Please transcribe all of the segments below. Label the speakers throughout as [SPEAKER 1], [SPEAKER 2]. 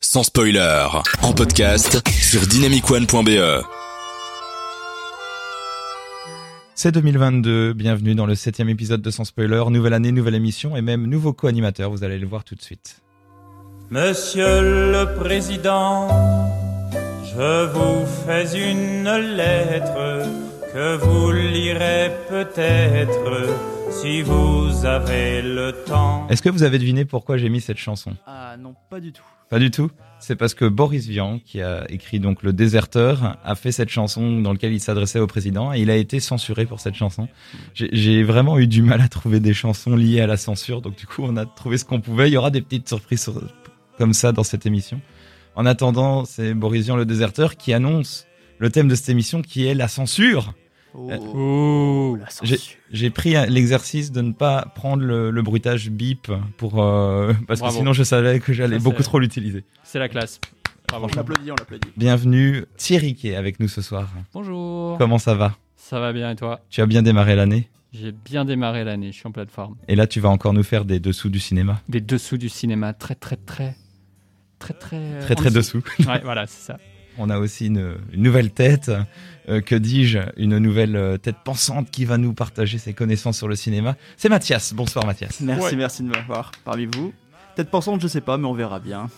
[SPEAKER 1] sans spoiler, en podcast sur dynamicone.be.
[SPEAKER 2] C'est 2022, bienvenue dans le septième épisode de Sans Spoiler, nouvelle année, nouvelle émission et même nouveau co-animateur, vous allez le voir tout de suite.
[SPEAKER 3] Monsieur le Président, je vous fais une lettre que vous lirez peut-être si vous avez le temps.
[SPEAKER 2] Est-ce que vous avez deviné pourquoi j'ai mis cette chanson
[SPEAKER 4] Ah non, pas du tout.
[SPEAKER 2] Pas du tout. C'est parce que Boris Vian, qui a écrit donc Le Déserteur, a fait cette chanson dans laquelle il s'adressait au président et il a été censuré pour cette chanson. J'ai- J'ai vraiment eu du mal à trouver des chansons liées à la censure, donc du coup on a trouvé ce qu'on pouvait. Il y aura des petites surprises sur- comme ça dans cette émission. En attendant, c'est Boris Vian, Le Déserteur, qui annonce le thème de cette émission qui est la censure.
[SPEAKER 4] Oh,
[SPEAKER 2] Euh,
[SPEAKER 4] la
[SPEAKER 2] j'ai-
[SPEAKER 4] censure.
[SPEAKER 2] J'ai pris un- l'exercice de ne pas prendre le, le bruitage bip pour euh, parce
[SPEAKER 5] Bravo.
[SPEAKER 2] que sinon je savais que j'allais
[SPEAKER 5] Ça,
[SPEAKER 2] beaucoup
[SPEAKER 5] c'est-
[SPEAKER 2] trop l'utiliser.
[SPEAKER 5] C'est la classe. Bravo.
[SPEAKER 4] On l'applaudit, on l'applaudit.
[SPEAKER 2] Bienvenue Thierry qui est avec nous ce soir.
[SPEAKER 5] Bonjour.
[SPEAKER 2] Comment ça va
[SPEAKER 5] Ça va bien et toi
[SPEAKER 2] Tu as bien démarré l'année
[SPEAKER 5] J'ai bien démarré l'année, je suis en plateforme.
[SPEAKER 2] et là tu vas encore nous faire des dessous du cinéma.
[SPEAKER 5] Des dessous du cinéma, très très très très très euh,
[SPEAKER 2] Très
[SPEAKER 5] en
[SPEAKER 2] très
[SPEAKER 5] dessous.
[SPEAKER 2] dessous.
[SPEAKER 5] Ouais, voilà, c'est ça.
[SPEAKER 2] On a aussi une, une nouvelle tête, euh, que dis-je, une nouvelle euh, tête pensante qui va nous partager ses connaissances sur le cinéma. C'est Mathias. Bonsoir Mathias.
[SPEAKER 4] Merci,
[SPEAKER 5] Ouais.
[SPEAKER 4] merci de m'avoir parmi vous. Peut-être pensante, je sais pas, mais on verra bien.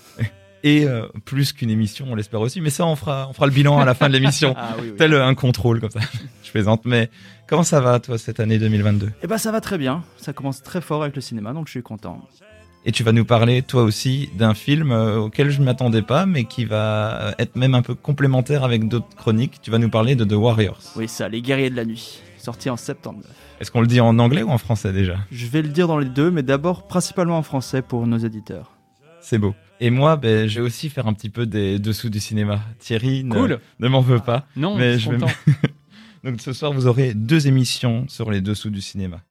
[SPEAKER 2] Et euh, plus qu'une émission, on l'espère aussi, mais ça on fera on fera le bilan à la fin de l'émission.
[SPEAKER 4] Ah oui, oui.
[SPEAKER 2] tel un contrôle comme ça. Je plaisante, mais comment ça va toi cette année 2022
[SPEAKER 4] Eh ben, ça va très bien. Ça commence très fort avec le cinéma, donc je suis content.
[SPEAKER 2] Et tu vas nous parler toi aussi d'un film euh, auquel je ne m'attendais pas, mais qui va euh, être même un peu complémentaire avec d'autres chroniques. Tu vas nous parler de The Warriors.
[SPEAKER 4] Oui, ça, Les Guerriers de la Nuit, sorti en septembre.
[SPEAKER 2] Est-ce qu'on le dit en anglais ou en français déjà
[SPEAKER 4] Je vais le dire dans les deux, mais d'abord principalement en français pour nos éditeurs.
[SPEAKER 2] C'est beau. Et moi, ben, je vais aussi faire un petit peu des dessous du cinéma. Thierry ne,
[SPEAKER 5] Cool.
[SPEAKER 2] ne m'en veut pas.
[SPEAKER 5] Non,
[SPEAKER 2] Mais je
[SPEAKER 5] je suis
[SPEAKER 2] vais
[SPEAKER 5] content.
[SPEAKER 2] Donc ce soir, vous aurez deux émissions sur les dessous du cinéma.